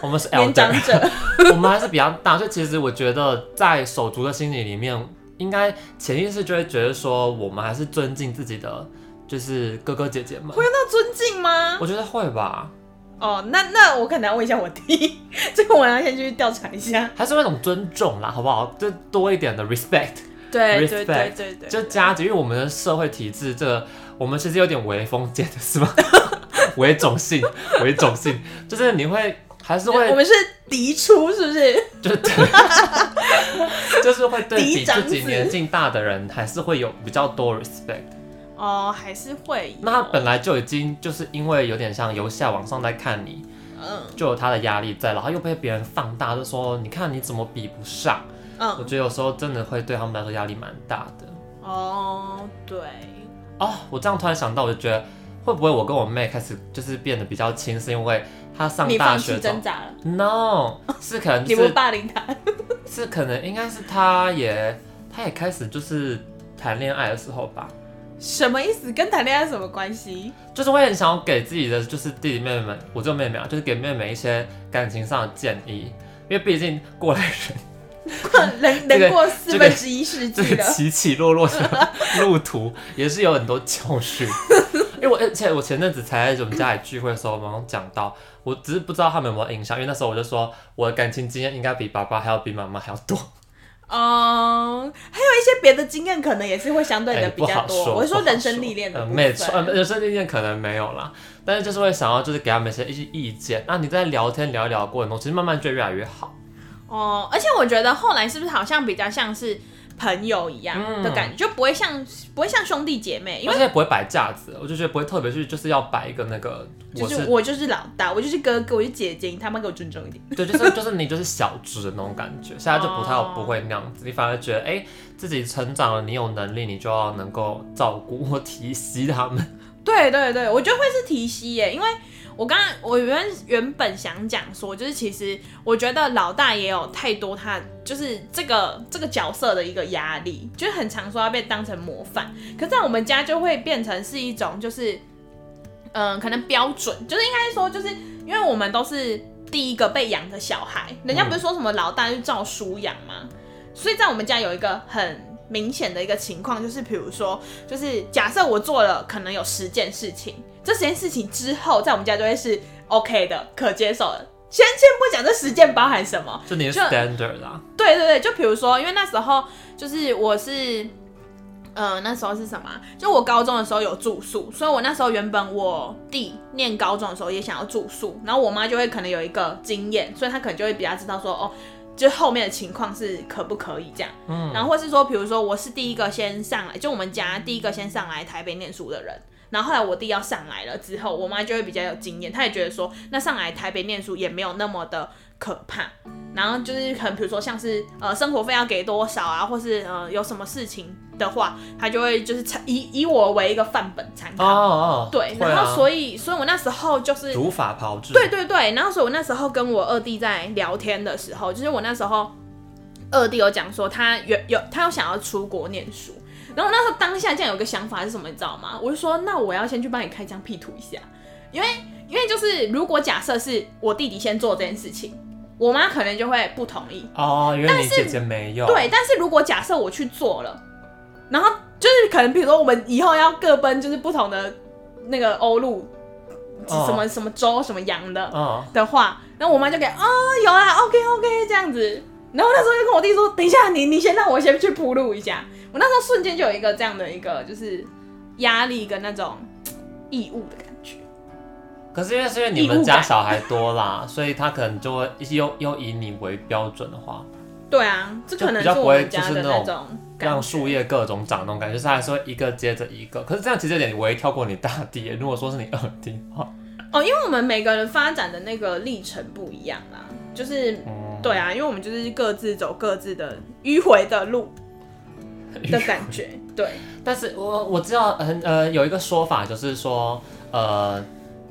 [SPEAKER 1] 我们是
[SPEAKER 2] 年
[SPEAKER 1] elder，
[SPEAKER 2] 长者，
[SPEAKER 1] 我们还是比较大，所以其实我觉得在手足的心理里面，应该潜意识就会觉得说，我们还是尊敬自己的就是哥哥姐姐们。
[SPEAKER 2] 会用啊到尊敬吗？
[SPEAKER 1] 我觉得会吧，
[SPEAKER 2] 哦，那那我可能要问一下我弟， 这个我要先去调查一下。
[SPEAKER 1] 还是那种尊重啦，好不好？就多一点的 respect，
[SPEAKER 2] 对
[SPEAKER 1] Respect，
[SPEAKER 2] 对对对 对，
[SPEAKER 1] 就家庭，因为我们的社会体制这个我们其实有点为封建的是吗？ 为种姓，为种姓，就是你会还是
[SPEAKER 2] 我
[SPEAKER 1] 会
[SPEAKER 2] 们是嫡出，是不是？
[SPEAKER 1] 就是就是会对比
[SPEAKER 2] 嫡长
[SPEAKER 1] 自
[SPEAKER 2] 子
[SPEAKER 1] 己年纪大的人，还是会有比较多 respect。
[SPEAKER 2] 哦，还是会有。
[SPEAKER 1] 那他本来就已经就是因为有点像由下往上在看你，
[SPEAKER 2] 嗯
[SPEAKER 1] 就有他的压力在，然后又被别人放大，就说你看你怎么比不上。我
[SPEAKER 2] 嗯，
[SPEAKER 1] 觉得有时候真的会对他们来说压力蛮大的。
[SPEAKER 2] 哦，对，
[SPEAKER 1] 哦，我这样突然想到，我就觉得会不会我跟我妹开始就是变得比较亲，是因为她上
[SPEAKER 2] 你
[SPEAKER 1] 大
[SPEAKER 2] 放
[SPEAKER 1] 学
[SPEAKER 2] 弃
[SPEAKER 1] 之后
[SPEAKER 2] 挣扎了，
[SPEAKER 1] ？No，是可能
[SPEAKER 2] 你
[SPEAKER 1] 就
[SPEAKER 2] 不
[SPEAKER 1] 是
[SPEAKER 2] 霸凌他，
[SPEAKER 1] 是可能应该是她也她也开始就是谈恋爱的时候吧，
[SPEAKER 2] 什么意思？跟谈恋爱什么关系？
[SPEAKER 1] 就是会很想要给自己的就是弟弟妹妹们，我就妹妹啊，就是给妹妹一些感情上的建议，因为毕竟过来人
[SPEAKER 2] 人
[SPEAKER 1] 这个
[SPEAKER 2] 人过四
[SPEAKER 1] 这个
[SPEAKER 2] 分之一世
[SPEAKER 1] 这
[SPEAKER 2] 纪
[SPEAKER 1] 个
[SPEAKER 2] 了，
[SPEAKER 1] 起起落落的路途也是有很多教训。因为我而且我前阵子才在我们家里聚会的时候，我们讲到，我只是不知道他们有没有印象，因为那时候我就说我的感情经验应该比爸爸还要比妈妈还要多。
[SPEAKER 2] 嗯，还有一些别的经验，可能也是会相对
[SPEAKER 1] 哎
[SPEAKER 2] 的比
[SPEAKER 1] 不
[SPEAKER 2] 较
[SPEAKER 1] 好
[SPEAKER 2] 多。
[SPEAKER 1] 说，
[SPEAKER 2] 我是说
[SPEAKER 1] 不好
[SPEAKER 2] 人生历练的
[SPEAKER 1] 呃
[SPEAKER 2] 部
[SPEAKER 1] 没错，
[SPEAKER 2] 分。
[SPEAKER 1] 呃人生历练可能没有啦，但是就是会想要就是给他们一些一些意见。那你在聊天聊一聊的过程中，其实慢慢就越来越好。
[SPEAKER 2] 哦，而且我觉得后来是不是好像比较像是朋友一
[SPEAKER 1] 嗯
[SPEAKER 2] 样的感觉，就不会像不会像兄弟姐妹，因
[SPEAKER 1] 而
[SPEAKER 2] 为
[SPEAKER 1] 且不会摆架子，我就觉得不会特别去就是要摆一个那个
[SPEAKER 2] 就
[SPEAKER 1] 我
[SPEAKER 2] 是
[SPEAKER 1] 是
[SPEAKER 2] 我就是老大，我就是哥哥，我就是姐姐，你他妈给我尊重一点。
[SPEAKER 1] 对，就是 就是你就是小只的那种感觉，现在就不太
[SPEAKER 2] 哦
[SPEAKER 1] 不会那样子，你反而觉得哎、自己成长了，你有能力，你就要能够照顾或提携他们。
[SPEAKER 2] 对对对，我觉得会是提息耶，因为我刚刚我原原本想讲说，就是其实我觉得老大也有太多他就是这个这个角色的一个压力，就是很常说要被当成模范，可是在我们家就会变成是一种就是，嗯、可能标准，就是应该说就是因为我们都是第一个被养的小孩，人家不是说什么老大就照书养吗？所以在我们家有一个很明显的一个情况，就是比如说就是假设我做了可能有十件事情，这十件事情之后，在我们家就会是 OK 的，可接受的。先先不讲这十件包含什么，
[SPEAKER 1] 就你的
[SPEAKER 2] 就
[SPEAKER 1] standard 啦，
[SPEAKER 2] 对对对，就比如说，因为那时候就是我是，呃，那时候是什么啊？就我高中的时候有住宿，所以我那时候原本我弟念高中的时候也想要住宿，然后我妈就会可能有一个经验，所以她可能就会比较知道说，哦，就后面的情况是可不可以这样。
[SPEAKER 1] 嗯，
[SPEAKER 2] 然后或是说，比如说我是第一个先上来，就我们家第一个先上来台北念书的人。然后后来我弟要上来了之后，我妈就会比较有经验，她也觉得说，那上来台北念书也没有那么的可怕。然后就是可能比如说像是呃生活费要给多少啊，或是呃有什么事情的话，她就会就是参以以我为一个范本参
[SPEAKER 1] 哦
[SPEAKER 2] 考。
[SPEAKER 1] 哦，
[SPEAKER 2] 嗯对，
[SPEAKER 1] 会啊
[SPEAKER 2] 然后所以、所以我那时候就是
[SPEAKER 1] 如法炮制，
[SPEAKER 2] 对对对，然后所以我那时候跟我二弟在聊天的时候，就是我那时候二弟有讲说他有有他有想要出国念书，然后我那时候当下竟然有个想法是什么，你知道吗？我就说那我要先去帮你开张 P 图一下，因为因为就是如果假设是我弟弟先做这件事情，我妈可能就会不同意，
[SPEAKER 1] 哦，因为你姐姐没有，
[SPEAKER 2] 对，但是如果假设我去做了，然后就是可能比如说我们以后要各奔就是不同的那个欧陆。
[SPEAKER 1] 哦
[SPEAKER 2] 什么什么州什么洋的，
[SPEAKER 1] 嗯，
[SPEAKER 2] 的话，然后我妈就给哦有啦，OK OK 这样子。然后那时候就跟我弟说，等一下你你先让我先去铺路一下。我那时候瞬间就有一个这样的一个就是压力跟那种嘖义务的感觉。
[SPEAKER 1] 可是因为是因为
[SPEAKER 2] 义
[SPEAKER 1] 你
[SPEAKER 2] 务
[SPEAKER 1] 们家
[SPEAKER 2] 感
[SPEAKER 1] 小孩多啦，所以他可能就会又又以你为标准的话，
[SPEAKER 2] 对啊，这
[SPEAKER 1] 就
[SPEAKER 2] 可能
[SPEAKER 1] 比较
[SPEAKER 2] 是
[SPEAKER 1] 不
[SPEAKER 2] 我
[SPEAKER 1] 会
[SPEAKER 2] 们家
[SPEAKER 1] 就是
[SPEAKER 2] 的
[SPEAKER 1] 那
[SPEAKER 2] 那
[SPEAKER 1] 种
[SPEAKER 2] 种感
[SPEAKER 1] 让
[SPEAKER 2] 觉。
[SPEAKER 1] 树叶各种长那种感觉，就是他还是会一个接着一个。可是这样其实有点我也跳过你大弟耶，如果说是你二弟的话，
[SPEAKER 2] 哦，因为我们每个人发展的那个历程不一样啦，就是
[SPEAKER 1] 嗯，
[SPEAKER 2] 对啊，因为我们就是各自走各自的迂回的路的感觉。对，
[SPEAKER 1] 但是我我知道，很呃，有一个说法就是说，呃，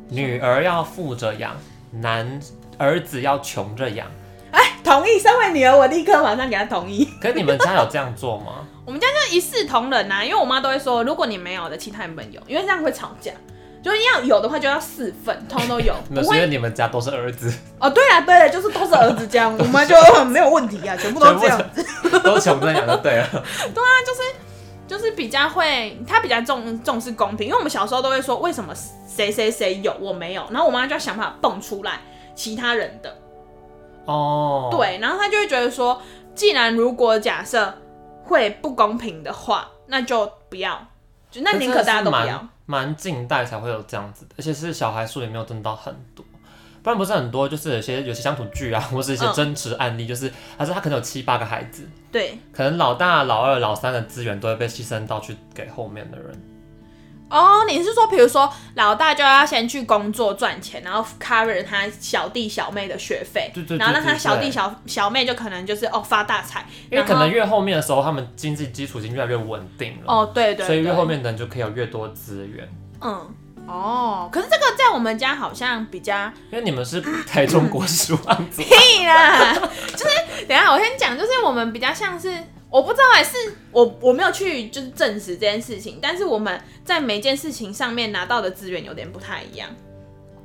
[SPEAKER 1] 女儿要富着养，男儿子要穷着养。
[SPEAKER 2] 同意。身为女儿，我立刻马上给她同意。
[SPEAKER 1] 可是你们家有这样做 吗？
[SPEAKER 2] 一视同仁啊呐、因为我妈都会说，如果你没有的，其他人不能有，因为这样会吵架。就是要有的话，就要四份，通通都有，
[SPEAKER 1] 那是
[SPEAKER 2] 不
[SPEAKER 1] 因为
[SPEAKER 2] 会
[SPEAKER 1] 你们家都是儿子，
[SPEAKER 2] 哦。对啊，对了，就是都是儿子这样，我们就没有问题啊，全部都这样。
[SPEAKER 1] 全部都穷着养就对 了。
[SPEAKER 2] 就是比较会，她比较重重视公平，因为我们小时候都会说，为什么谁谁谁有我没有，然后我妈就要想办法蹦出来其他人的，
[SPEAKER 1] 哦，，
[SPEAKER 2] 对，然后她就会觉得说，既然如果假设会不公平的话，那就不要，就那宁可大家都不要。
[SPEAKER 1] 蛮近代才会有这样子的，而且是小孩数也没有增到很多。不然不是很多，就是有些有些乡土剧啊，或是一些
[SPEAKER 2] 嗯
[SPEAKER 1] 真实案例，就是还是他可能有七八个孩子，
[SPEAKER 2] 对，
[SPEAKER 1] 可能老大、老二、老三的资源都会被牺牲到去给后面的人。
[SPEAKER 2] 哦，你是说，比如说老大就要先去工作赚钱，然后 cover 他小弟小妹的学费，
[SPEAKER 1] 对对对
[SPEAKER 2] 然后让
[SPEAKER 1] 对
[SPEAKER 2] 他
[SPEAKER 1] 对
[SPEAKER 2] 小弟小小妹就可能就是哦发大财，
[SPEAKER 1] 因为可
[SPEAKER 2] 然后
[SPEAKER 1] 能越后面的时候，他们经济基础已经越来越稳定了，
[SPEAKER 2] 哦对对
[SPEAKER 1] 嗯
[SPEAKER 2] 对，
[SPEAKER 1] 所以越后面的人就可以有越多资源。
[SPEAKER 2] 嗯哦，可是这个在我们家好像比较哎
[SPEAKER 1] 因为你们是 台中国啊十 万族，
[SPEAKER 2] 屁啦， 就是等一下我先讲，就是我们比较像是。我不知道还是我我没有去就是证实这件事情，但是我们在每件事情上面拿到的资源有点不太一样。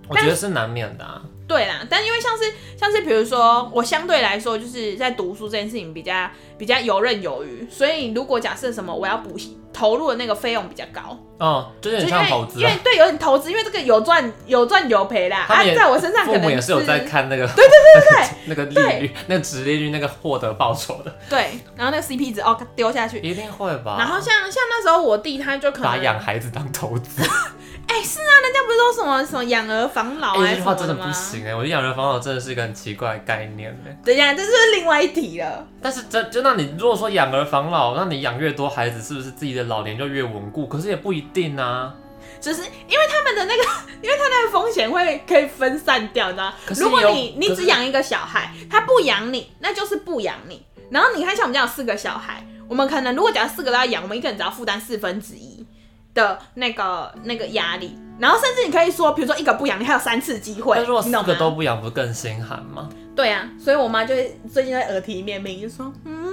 [SPEAKER 1] 我觉得是难免的、啊。
[SPEAKER 2] 对啦，但因为像是像是比如说，我相对来说就是在读书这件事情比较比较游刃有余，所以如果假设什么我要补习，投入的那个费用比较高，
[SPEAKER 1] 嗯，就有点
[SPEAKER 2] 就因
[SPEAKER 1] 像
[SPEAKER 2] 为
[SPEAKER 1] 投资、
[SPEAKER 2] 因为
[SPEAKER 1] 啊，
[SPEAKER 2] 对有点投资，因为这个有赚有赚有赔啦，
[SPEAKER 1] 他
[SPEAKER 2] 啊
[SPEAKER 1] 们也，
[SPEAKER 2] 在我身上可
[SPEAKER 1] 父
[SPEAKER 2] 能
[SPEAKER 1] 母也是有在看那个，对对对对 那个利率、那个值利率、那个获得报酬的，
[SPEAKER 2] 对，然后那个 CP 值哦丢下去，
[SPEAKER 1] 一定会吧。
[SPEAKER 2] 然后像像那时候我弟他就可能
[SPEAKER 1] 把养孩子当投 资，
[SPEAKER 2] 哎是啊，人家不是说什么什么养儿防老
[SPEAKER 1] 哎、
[SPEAKER 2] 还
[SPEAKER 1] 这
[SPEAKER 2] 是
[SPEAKER 1] 句
[SPEAKER 2] 什
[SPEAKER 1] 话
[SPEAKER 2] 么
[SPEAKER 1] 真的不
[SPEAKER 2] 吗？
[SPEAKER 1] 行哎、我觉得养人防老真的是一个很奇怪的概念哎、
[SPEAKER 2] 等一下，这就是另外一题了。
[SPEAKER 1] 但是真就那你如果说养儿防老，那你养越多孩子，是不是自己的老年就越稳固？可是也不一定啊。
[SPEAKER 2] 就是因为他们的那个， 因为他那个风险会可以分散掉，你知道吗
[SPEAKER 1] 可？是
[SPEAKER 2] 如果
[SPEAKER 1] 有
[SPEAKER 2] 你你
[SPEAKER 1] 可是
[SPEAKER 2] 只养一个小孩，他不养你，那就是不养你。然后你看，像我们家有四个小孩，我们可能如果假如四个都要养，我们一个人只要负担四分之一的那个那个压力。然后甚至你可以说，比如说一个不养，你还有三次机会，
[SPEAKER 1] 但如果
[SPEAKER 2] 你
[SPEAKER 1] 四
[SPEAKER 2] 懂
[SPEAKER 1] 个
[SPEAKER 2] 吗？
[SPEAKER 1] 都不养，不是更心寒吗？
[SPEAKER 2] 对啊，所以我妈就会最近在耳提面命，就说：“嗯，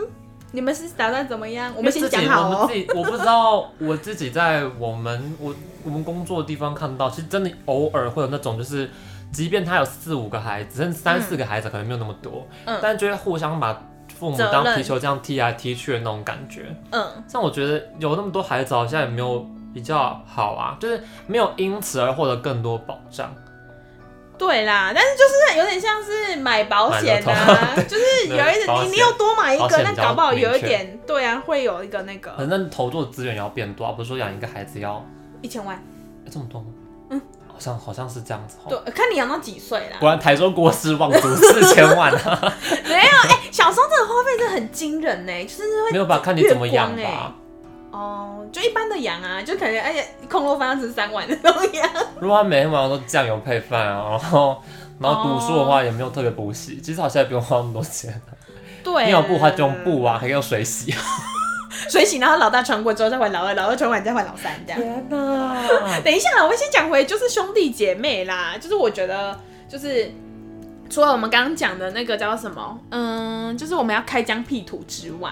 [SPEAKER 2] 你们是打算怎么样？我
[SPEAKER 1] 我
[SPEAKER 2] 们先讲好
[SPEAKER 1] 我
[SPEAKER 2] 哦
[SPEAKER 1] 们。自己我不知道，我自己在我们我我们工作的地方看到，其实真的偶尔会有那种就是。即便他有四五个孩子，甚至三四个孩子可能没有那么多，
[SPEAKER 2] 嗯
[SPEAKER 1] 但就会互相把父母
[SPEAKER 2] 责
[SPEAKER 1] 当
[SPEAKER 2] 任
[SPEAKER 1] 皮球这样踢来踢去的那种感觉。”
[SPEAKER 2] 嗯，
[SPEAKER 1] 像我觉得有那么多孩子，好像也没有比较好啊，就是没有因此而获得更多保障。
[SPEAKER 2] 对啦，但是就是有点像是买保险啊， 就是有一
[SPEAKER 1] 保
[SPEAKER 2] 点
[SPEAKER 1] 险
[SPEAKER 2] 你你有多买一
[SPEAKER 1] 保
[SPEAKER 2] 个，
[SPEAKER 1] 险
[SPEAKER 2] 那
[SPEAKER 1] 比较
[SPEAKER 2] 搞不好有一
[SPEAKER 1] 明确呃
[SPEAKER 2] 点对啊，会有一个那个
[SPEAKER 1] 反正投入的资源也要变多啊，不是说养一个孩子要、
[SPEAKER 2] 一千万，
[SPEAKER 1] 诶这么多吗？嗯，好像好像是这样子、哦。
[SPEAKER 2] 对，看你养到几岁啦。
[SPEAKER 1] 果然台中国师望族四千万啊，
[SPEAKER 2] 没有哎、小时候这个花费真的很惊人呢、就是会
[SPEAKER 1] 没有吧？看你怎么养
[SPEAKER 2] 月光欸
[SPEAKER 1] 吧。
[SPEAKER 2] 哦，就一般的羊啊，就感觉而且空肉饭要吃三碗的那种羊。
[SPEAKER 1] 如果他每天晚上都酱油配饭啊，然后 然后读书的话也没有特别补习，其实好像也不用花那么多钱。
[SPEAKER 2] 哦对，
[SPEAKER 1] 你有布的话就用布，啊，还可以用水洗。
[SPEAKER 2] 水洗，然后老大穿过之后再换老二，老二穿完再换老三这样。
[SPEAKER 1] 天哪！
[SPEAKER 2] 等一下啦，我先讲回就是兄弟姐妹啦，就是我觉得就是除了我们刚刚讲的那个叫什么，嗯，就是我们要开疆辟土之外，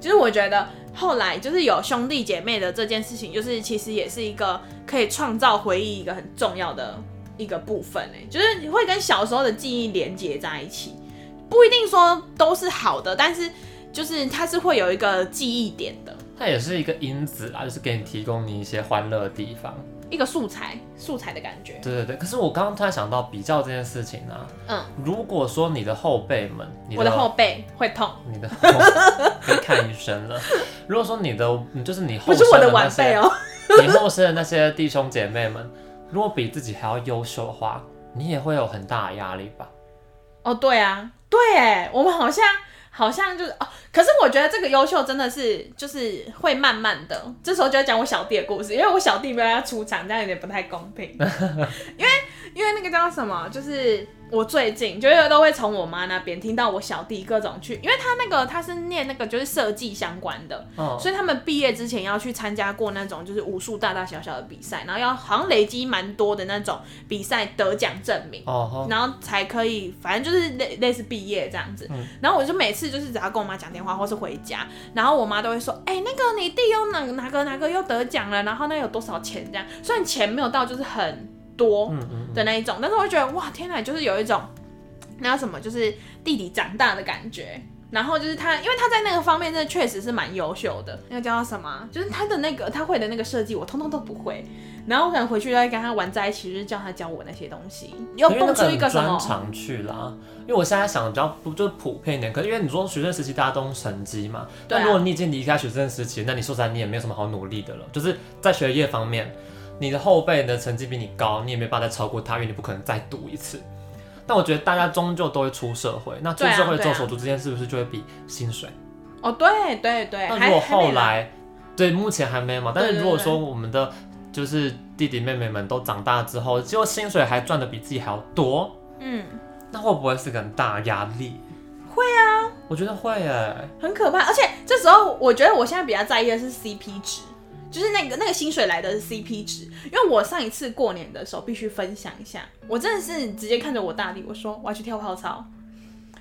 [SPEAKER 2] 就是我觉得后来就是有兄弟姐妹的这件事情，就是其实也是一个可以创造回忆一个很重要的一个部分哎、就是你会跟小时候的记忆连接在一起，不一定说都是好的，但是就是它是会有一个记忆点的。
[SPEAKER 1] 它也是一个因子啦，就是给你提供你一些欢乐的地方。
[SPEAKER 2] 一个素材，素材的感觉，
[SPEAKER 1] 对对对，可是我刚刚突然想到比较这件事情啊，
[SPEAKER 2] 嗯，
[SPEAKER 1] 如果说你的后辈们，你
[SPEAKER 2] 我的后背会痛。
[SPEAKER 1] 你 的后可以看医生了。如果说你的，嗯就是你后
[SPEAKER 2] 不是我
[SPEAKER 1] 生
[SPEAKER 2] 的
[SPEAKER 1] 那
[SPEAKER 2] 晚
[SPEAKER 1] 些
[SPEAKER 2] 辈，哦。
[SPEAKER 1] 你后生的那些弟兄姐妹们，如果比自己还要优秀的话，你也会有很大的压力吧？
[SPEAKER 2] 哦，对啊，对，哎，我们好像好像就是哦，可是我觉得这个优秀真的是就是会慢慢的，这时候就要讲我小弟的故事，因为我小弟没有要出场，这样有点不太公 平。因为因为那个叫什么，就是我最近就是都会从我妈那边听到我小弟各种去，因为他那个他是念那个就是设计相关的，
[SPEAKER 1] 嗯，
[SPEAKER 2] 所以他们毕业之前要去参加过那种就是武术大大小小的比赛，然后要好像累积蛮多的那种比赛得奖证明。
[SPEAKER 1] 哦吼，
[SPEAKER 2] 然后才可以，反正就是类类似毕业这样子。
[SPEAKER 1] 嗯
[SPEAKER 2] 然后我就每次就是只要跟我妈讲电话或是回家，然后我妈都会说：“哎、那个你弟又哪哪个哪个又得奖了，然后那有多少钱这样？”虽然钱没有到就是很多
[SPEAKER 1] 嗯嗯
[SPEAKER 2] 的那一种，但是我会觉得哇，天哪，就是有一种那叫什么，就是弟弟长大的感觉。然后就是他，因为他在那个方面真的确实是蛮优秀的，那个叫他什么啊，就是他的那个他会的那个设计，我通通都不会。然后我可能回去就会跟他玩在一起，就是叫他教我那些东西，又
[SPEAKER 1] 因为那
[SPEAKER 2] 蹦出一
[SPEAKER 1] 很
[SPEAKER 2] 个什
[SPEAKER 1] 专
[SPEAKER 2] 么。
[SPEAKER 1] 长去啦。因为我现在想比较不就是普遍一点，可是因为你说学生时期大家都用成绩嘛，
[SPEAKER 2] 对啊
[SPEAKER 1] 但如果你已经离开学生时期，那你说实在你也没有什么好努力的了。就是在学业方面，你的后辈的成绩比你高，你也没办法再超过他，因为你不可能再读一次。但我觉得大家终究都会出社会，那出
[SPEAKER 2] 对啊
[SPEAKER 1] 社会之
[SPEAKER 2] 对啊
[SPEAKER 1] 后手足之间是不是就会比薪水？
[SPEAKER 2] 哦，对对对，
[SPEAKER 1] 那
[SPEAKER 2] 还
[SPEAKER 1] 如果
[SPEAKER 2] 还没
[SPEAKER 1] 后
[SPEAKER 2] 来
[SPEAKER 1] 来，对，目前还没嘛。但
[SPEAKER 2] 对
[SPEAKER 1] 是
[SPEAKER 2] 对
[SPEAKER 1] 如果
[SPEAKER 2] 对
[SPEAKER 1] 说我们的就是弟弟妹妹们都长大之后，结果薪水还赚的比自己还要多，
[SPEAKER 2] 嗯，
[SPEAKER 1] 那会不会是个很大的压力？
[SPEAKER 2] 会
[SPEAKER 1] 啊，我觉得会诶、
[SPEAKER 2] 很可怕。而且这时候，我觉得我现在比较在意的是 CP 值，就是那个那个薪水来的是 CP 值。因为我上一次过年的时候必须分享一下，我真的是直接看着我大弟，我说我要去跳泡操，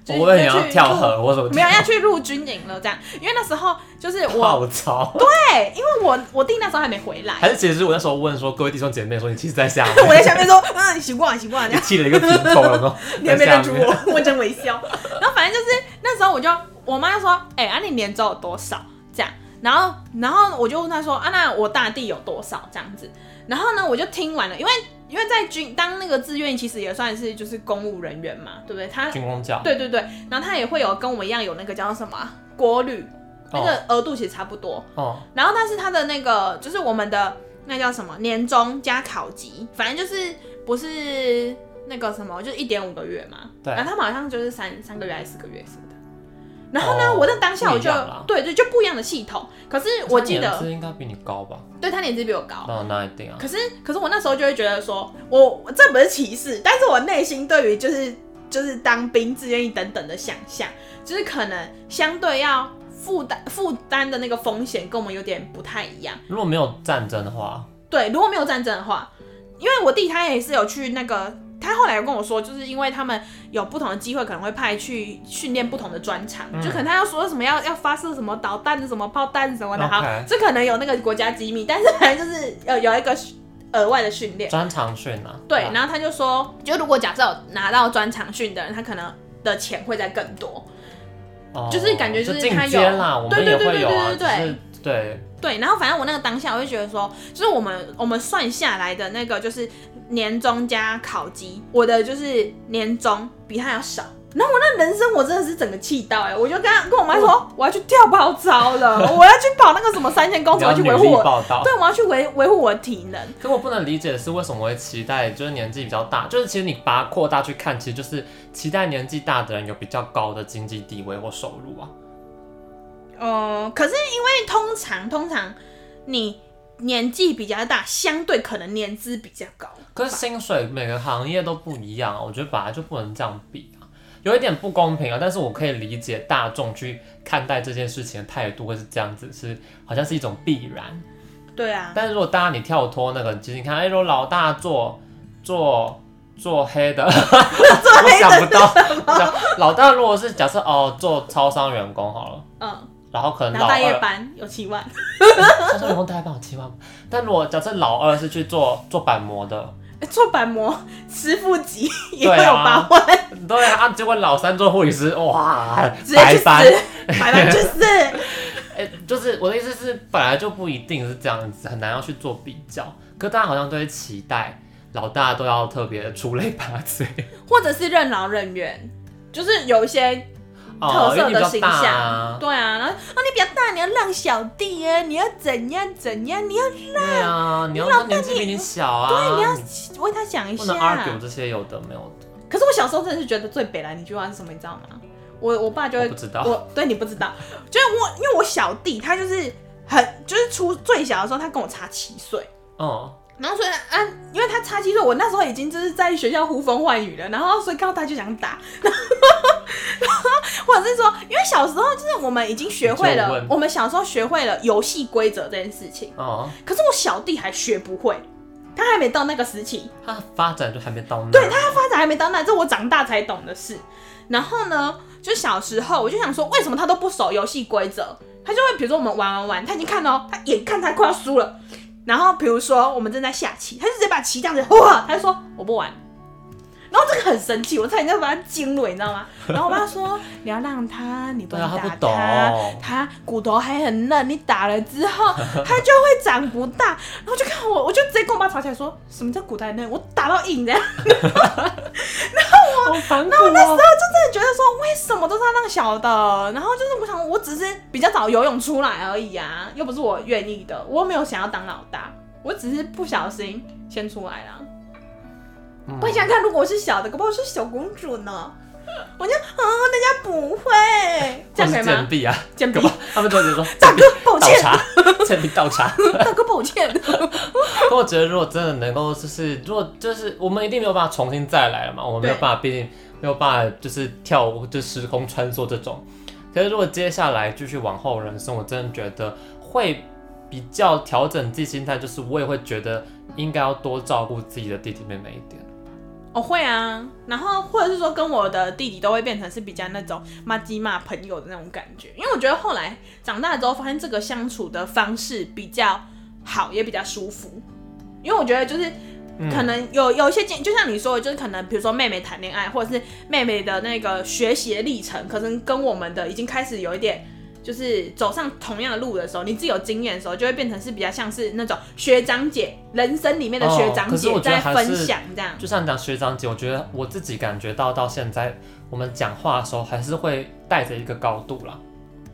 [SPEAKER 2] 就是
[SPEAKER 1] 哦我以为你要
[SPEAKER 2] 去
[SPEAKER 1] 跳
[SPEAKER 2] 入
[SPEAKER 1] 河或什么，
[SPEAKER 2] 没有要去入军营了这样。因为那时候就是我
[SPEAKER 1] 跳槽，
[SPEAKER 2] 对，因为我我弟那时候还没回来，
[SPEAKER 1] 还是其实我那时候问说各位弟兄姐妹说你其实在下面，
[SPEAKER 2] 我在下面说嗯习惯习惯
[SPEAKER 1] 你
[SPEAKER 2] 这样。
[SPEAKER 1] 起了一个平头有没有？
[SPEAKER 2] 你还没
[SPEAKER 1] 在下
[SPEAKER 2] 认出
[SPEAKER 1] 面
[SPEAKER 2] 我， 我真微笑。然后反正就是那时候我就我妈说，哎、啊你年周有多少这样？然后然后我就问她说，啊那我大弟有多少这样子？然后呢我就听完了，因为因为在军当那个志愿其实也算是就是公务人员嘛，对不对？他
[SPEAKER 1] 军工教，
[SPEAKER 2] 对对对，然后他也会有跟我们一样有那个叫什么啊国旅，那
[SPEAKER 1] 哦
[SPEAKER 2] 个额度其实差不多。
[SPEAKER 1] 哦，
[SPEAKER 2] 然后但是他的那个就是我们的那叫什么年终加考级，反正就是不是那个什么，就是一点五个月嘛。
[SPEAKER 1] 对
[SPEAKER 2] 然后他们好像就是三三个月还是四个月什么的。然后呢，
[SPEAKER 1] 哦
[SPEAKER 2] 我在当下我就
[SPEAKER 1] 不一样啦
[SPEAKER 2] 对对，就不一样的系统。可是我记
[SPEAKER 1] 他年
[SPEAKER 2] 得，
[SPEAKER 1] 资应该比你高吧？
[SPEAKER 2] 对他年纪比我高。
[SPEAKER 1] 那那一定啊，
[SPEAKER 2] 可是，可是我那时候就会觉得说，我我这不是歧视，但是我内心对于就是就是当兵、志愿役等等的想象，就是可能相对要负担负担的那个风险跟我们有点不太一样。
[SPEAKER 1] 如果没有战争的话，
[SPEAKER 2] 对，如果没有战争的话，因为我弟他也是有去那个，他后来有跟我说，就是因为他们有不同的机会，可能会派去训练不同的专长，
[SPEAKER 1] 嗯
[SPEAKER 2] 就可能他要说什么要要发射什么导弹、什么炮弹什么的，好
[SPEAKER 1] OK
[SPEAKER 2] 这可能有那个国家机密，但是反正就是有有一个呃额外的训练。
[SPEAKER 1] 专长训啊，
[SPEAKER 2] 对，然后他就说，就如果假设有拿到专长训的人，他可能的钱会再更多。
[SPEAKER 1] 哦
[SPEAKER 2] 就是感觉就
[SPEAKER 1] 就是进
[SPEAKER 2] 他有
[SPEAKER 1] 阶啦，我们
[SPEAKER 2] 对对
[SPEAKER 1] 也
[SPEAKER 2] 对
[SPEAKER 1] 会有啊，
[SPEAKER 2] 对对
[SPEAKER 1] 只
[SPEAKER 2] 对
[SPEAKER 1] 是对，
[SPEAKER 2] 对，然后反正我那个当下，我就觉得说，就是我们我们算下来的那个就是年终加考级，我的就是年终比他要少。然后我那人生我真的是整个气到哎、我就跟他跟我妈说，
[SPEAKER 1] 嗯
[SPEAKER 2] 我要去跳跑操了，我要去跑那个什么三千公
[SPEAKER 1] 你
[SPEAKER 2] 尺，
[SPEAKER 1] 要
[SPEAKER 2] 我要去
[SPEAKER 1] 努
[SPEAKER 2] 维护
[SPEAKER 1] 力
[SPEAKER 2] 我，
[SPEAKER 1] 报道。
[SPEAKER 2] 对，我要去维维护我的体能。
[SPEAKER 1] 可我不能理解的是，为什么我会期待就是年纪比较大，就是其实你把它扩大去看，其实就是期待年纪大的人有比较高的经济地位或收入啊。
[SPEAKER 2] 哦，可是因为通常通常你年纪比较大，相对可能年资比较高。
[SPEAKER 1] 可是薪水每个行业都不一样啊，我觉得本来就不能这样比啊，有一点不公平啊。但是我可以理解大众去看待这件事情的态度会是这样子，是好像是一种必然。
[SPEAKER 2] 对啊，
[SPEAKER 1] 但是如果大家你跳脱那个，其实你看，哎、如果老大做做做黑的， 我想不到，我想老大如果是假设哦做超商员工好了，
[SPEAKER 2] 嗯，
[SPEAKER 1] 然后可能
[SPEAKER 2] 然
[SPEAKER 1] 老哦
[SPEAKER 2] 后大夜
[SPEAKER 1] 二
[SPEAKER 2] 班有七万，
[SPEAKER 1] 超商员工大概帮我七万，但如果假设老二是去做做板模的，
[SPEAKER 2] 欸 做板模师傅级也
[SPEAKER 1] 对
[SPEAKER 2] 会有
[SPEAKER 1] 啊
[SPEAKER 2] 八万，
[SPEAKER 1] 对啊，啊结果老三做护理师，哇，哎
[SPEAKER 2] 直接
[SPEAKER 1] 白
[SPEAKER 2] 去死，
[SPEAKER 1] 班，
[SPEAKER 2] 白班去死。
[SPEAKER 1] 哎、就是我的意思是，本来就不一定是这样子，很难要去做比较，可大家好像都会期待老大都要特别出类拔萃。
[SPEAKER 2] 或者是任劳任怨，就是有一些
[SPEAKER 1] 哦，
[SPEAKER 2] 特
[SPEAKER 1] 因
[SPEAKER 2] 色
[SPEAKER 1] 为你比
[SPEAKER 2] 的
[SPEAKER 1] 较
[SPEAKER 2] 形
[SPEAKER 1] 大
[SPEAKER 2] 象。
[SPEAKER 1] 啊，
[SPEAKER 2] 对啊，然后啊你比较大，你要让小弟耶，你要怎样怎样，你要
[SPEAKER 1] 对啊，你要他年纪比你小啊，
[SPEAKER 2] 对，你要
[SPEAKER 1] 你
[SPEAKER 2] 为他想一
[SPEAKER 1] 不能
[SPEAKER 2] 下。
[SPEAKER 1] argue 这些有的没有的，
[SPEAKER 2] 可是我小时候真的是觉得最北蓝一句话是什么，你知道吗？我我爸就
[SPEAKER 1] 我
[SPEAKER 2] 会
[SPEAKER 1] 不，知道。
[SPEAKER 2] 我对你不知道，就是我因为我小弟他就是很就是出最小的时候，他跟我差七岁。
[SPEAKER 1] 嗯，
[SPEAKER 2] 然后所以呢啊，因为他差七岁，我那时候已经就是在学校呼风唤雨了，然后所以看到他就想打， 然后或者是说，因为小时候就是我们已经学会
[SPEAKER 1] 你就
[SPEAKER 2] 了
[SPEAKER 1] 问，
[SPEAKER 2] 我们小时候学会了游戏规则这件事情，
[SPEAKER 1] 哦，
[SPEAKER 2] 可是我小弟还学不会，他还没到那个时期，
[SPEAKER 1] 他发展就还没到那。
[SPEAKER 2] 对他发展还没到那，这我长大才懂的事。然后呢，就小时候我就想说，为什么他都不守游戏规则？他就会比如说我们玩玩玩，他已经看到他眼看他快要输了，然后比如说我们正在下棋，他就直接把棋这样子，哇，他就说我不玩。然后这个很生气，我差点就把他惊了，你知道吗？然后我妈说你要让他，你不
[SPEAKER 1] 对啊，
[SPEAKER 2] 能
[SPEAKER 1] 他
[SPEAKER 2] 打
[SPEAKER 1] 不懂。
[SPEAKER 2] 他骨头还很嫩，你打了之后他就会长不大。然后就看我，我就直接跟我爸吵起来说，什么叫骨头还嫩？我打到硬的。
[SPEAKER 1] 好反骨哦。
[SPEAKER 2] 真的觉得说，为什么都是他那个小的？然后就是我想，我只是比较早游泳出来而已啊，又不是我愿意的，我又没有想要当老大，我只是不小心先出来了。
[SPEAKER 1] 嗯
[SPEAKER 2] 我想想看，如果我是小的，搞不好我是小公主呢？ 我就嗯，大家不会，这样可以
[SPEAKER 1] 或是
[SPEAKER 2] 吗
[SPEAKER 1] 贱？婢啊，
[SPEAKER 2] 贱婢
[SPEAKER 1] 干嘛？他们就觉得 说
[SPEAKER 2] 大哥，抱
[SPEAKER 1] 倒
[SPEAKER 2] 歉，
[SPEAKER 1] 茶， 这里倒茶。
[SPEAKER 2] 大哥，抱歉。
[SPEAKER 1] 可我觉得，如果真的能够，就是如果就是我们一定没有办法重新再来了嘛，我们没有
[SPEAKER 2] 对
[SPEAKER 1] 办法，毕竟没有办法就是跳就时空穿梭这种。可是如果接下来继续往后人生，我真的觉得会比较调整自己心态，就是我也会觉得应该要多照顾自己的弟弟妹妹一点。
[SPEAKER 2] 我、会啊，然后或者是说跟我的弟弟都会变成是比较那种骂鸡骂朋友的那种感觉，因为我觉得后来长大之后发现这个相处的方式比较好，也比较舒服，因为我觉得就是
[SPEAKER 1] 嗯
[SPEAKER 2] 可能有有一些经，就像你说的，就是可能比如说妹妹谈恋爱，或者是妹妹的那个学习的历程，可能跟我们的已经开始有一点。就是走上同样的路的时候，你自己有经验的时候，就会变成是比较像是那种学长姐人生里面的学
[SPEAKER 1] 哦
[SPEAKER 2] 长
[SPEAKER 1] 可是
[SPEAKER 2] 姐
[SPEAKER 1] 我觉得
[SPEAKER 2] 在
[SPEAKER 1] 还
[SPEAKER 2] 分
[SPEAKER 1] 是
[SPEAKER 2] 享这样。
[SPEAKER 1] 就像你讲学长姐，我觉得我自己感觉到到现在，我们讲话的时候还是会带着一个高度啦，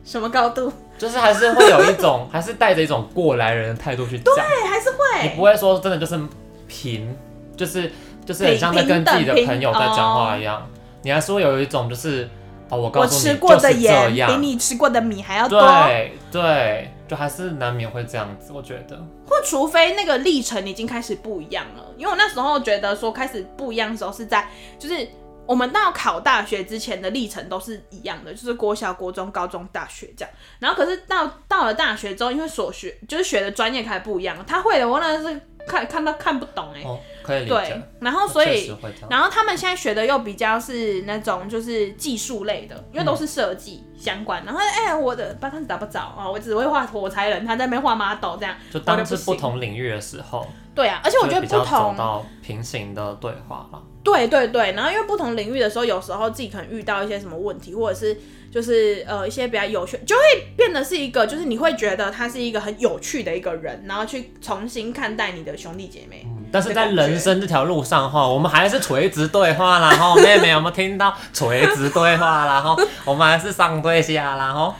[SPEAKER 2] 什么高度？
[SPEAKER 1] 就是还是会有一种，还是带着一种过来人的态度去讲。
[SPEAKER 2] 对，还是
[SPEAKER 1] 你
[SPEAKER 2] 会。
[SPEAKER 1] 不会说真的就是平，就是就是很像在跟自己的朋友在讲话一样，你还是会有一种就是哦，我告
[SPEAKER 2] 哦我
[SPEAKER 1] 诉你
[SPEAKER 2] 吃过的
[SPEAKER 1] 就是这
[SPEAKER 2] 盐比
[SPEAKER 1] 样，
[SPEAKER 2] 你吃过的米还要多，
[SPEAKER 1] 对对，就还是难免会这样子，我觉得。
[SPEAKER 2] 或除非那个历程已经开始不一样了。因为我那时候觉得说开始不一样的时候是在，就是我们到考大学之前的历程都是一样的，就是国小、国中、高中、大学这样。然后可是到到了大学之后，因为所学就是学的专业开始不一样了，他会的我那是看看到看不懂哎、
[SPEAKER 1] 哦，可以理
[SPEAKER 2] 对
[SPEAKER 1] 解。，
[SPEAKER 2] 然后所
[SPEAKER 1] 哦确
[SPEAKER 2] 以
[SPEAKER 1] 实会这样。
[SPEAKER 2] 然后他们现在学的又比较是那种就是技术类的，因为都是设计相关。然后哎、我的班上打不着啊，我只会画火柴人，他在那边画 model 这样。
[SPEAKER 1] 就当
[SPEAKER 2] 我
[SPEAKER 1] 是
[SPEAKER 2] 就不
[SPEAKER 1] 不
[SPEAKER 2] 行
[SPEAKER 1] 同领域的时候，
[SPEAKER 2] 对啊，而且我
[SPEAKER 1] 就
[SPEAKER 2] 觉得
[SPEAKER 1] 比
[SPEAKER 2] 不
[SPEAKER 1] 较走
[SPEAKER 2] 同，
[SPEAKER 1] 到平行的对话了。
[SPEAKER 2] 对对对。然后因为不同领域的时候，有时候自己可能遇到一些什么问题，或者是就是呃一些比较有趣，就会变得是一个，就是你会觉得他是一个很有趣的一个人，然后去重新看待你的兄弟姐妹。
[SPEAKER 1] 嗯但是在人生这条路上哈，我们还是垂直对话啦哈，妹妹有没有听到垂直对话啦哈？我们还是上对下啦哈。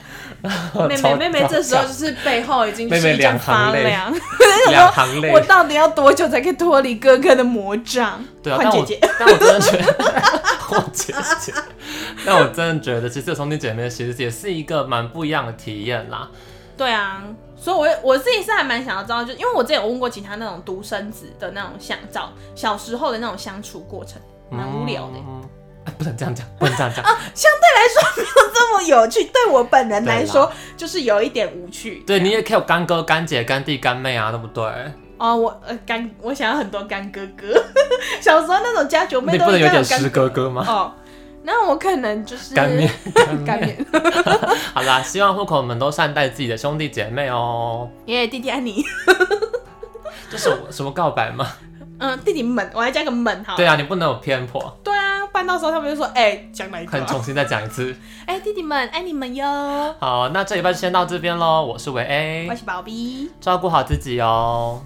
[SPEAKER 2] 妹 妹
[SPEAKER 1] 超
[SPEAKER 2] 妹妹这时候就是背后已经
[SPEAKER 1] 妹妹
[SPEAKER 2] 是一阵
[SPEAKER 1] 两行
[SPEAKER 2] 发
[SPEAKER 1] 泪
[SPEAKER 2] 凉。
[SPEAKER 1] 两行泪
[SPEAKER 2] 我，到底要多久才可以脱离哥哥的魔掌？
[SPEAKER 1] 对啊，
[SPEAKER 2] 换
[SPEAKER 1] 但
[SPEAKER 2] 姐
[SPEAKER 1] 我
[SPEAKER 2] 姐，
[SPEAKER 1] 但我真的觉得， 我姐姐，但我真的觉得，其实有兄弟姐妹其实也是一个蛮不一样的体验啦。
[SPEAKER 2] 对啊，所以我我自己是还蛮想要知道，就因为我之前有问过其他那种独生子的那种相照，小时候的那种相处过程，蛮无聊的。
[SPEAKER 1] 嗯哎不能这样讲，不能这样 讲。
[SPEAKER 2] 这么有趣，对我本人来
[SPEAKER 1] 对
[SPEAKER 2] 说就是有一点无趣。
[SPEAKER 1] 对你也可以有干哥、干姐、干弟、干妹啊，对不对？
[SPEAKER 2] 哦，我呃干，我想要很多干哥哥。 小时候那种家九妹
[SPEAKER 1] 你
[SPEAKER 2] 都
[SPEAKER 1] 不能有
[SPEAKER 2] 应该
[SPEAKER 1] 点
[SPEAKER 2] 干
[SPEAKER 1] 师哥哥吗？
[SPEAKER 2] 哦，那我可能就是
[SPEAKER 1] 干面，
[SPEAKER 2] 干面，
[SPEAKER 1] 好啦，希望户口们都善待自己的兄弟姐妹哦。
[SPEAKER 2] 耶，弟弟爱你。
[SPEAKER 1] 这是我什么告白吗？
[SPEAKER 2] 嗯，弟弟们，我还加个们哈。
[SPEAKER 1] 对啊，你不能有偏颇。
[SPEAKER 2] 对啊，不然到时候他们就说，哎、讲哪一个
[SPEAKER 1] 快
[SPEAKER 2] 啊、
[SPEAKER 1] 重新再讲一次。
[SPEAKER 2] 哎、弟弟们，爱你们哟！
[SPEAKER 1] 好，那这一半先到这边喽。我是维
[SPEAKER 2] 我
[SPEAKER 1] A，
[SPEAKER 2] 是宝贝，
[SPEAKER 1] 照顾好自己哦。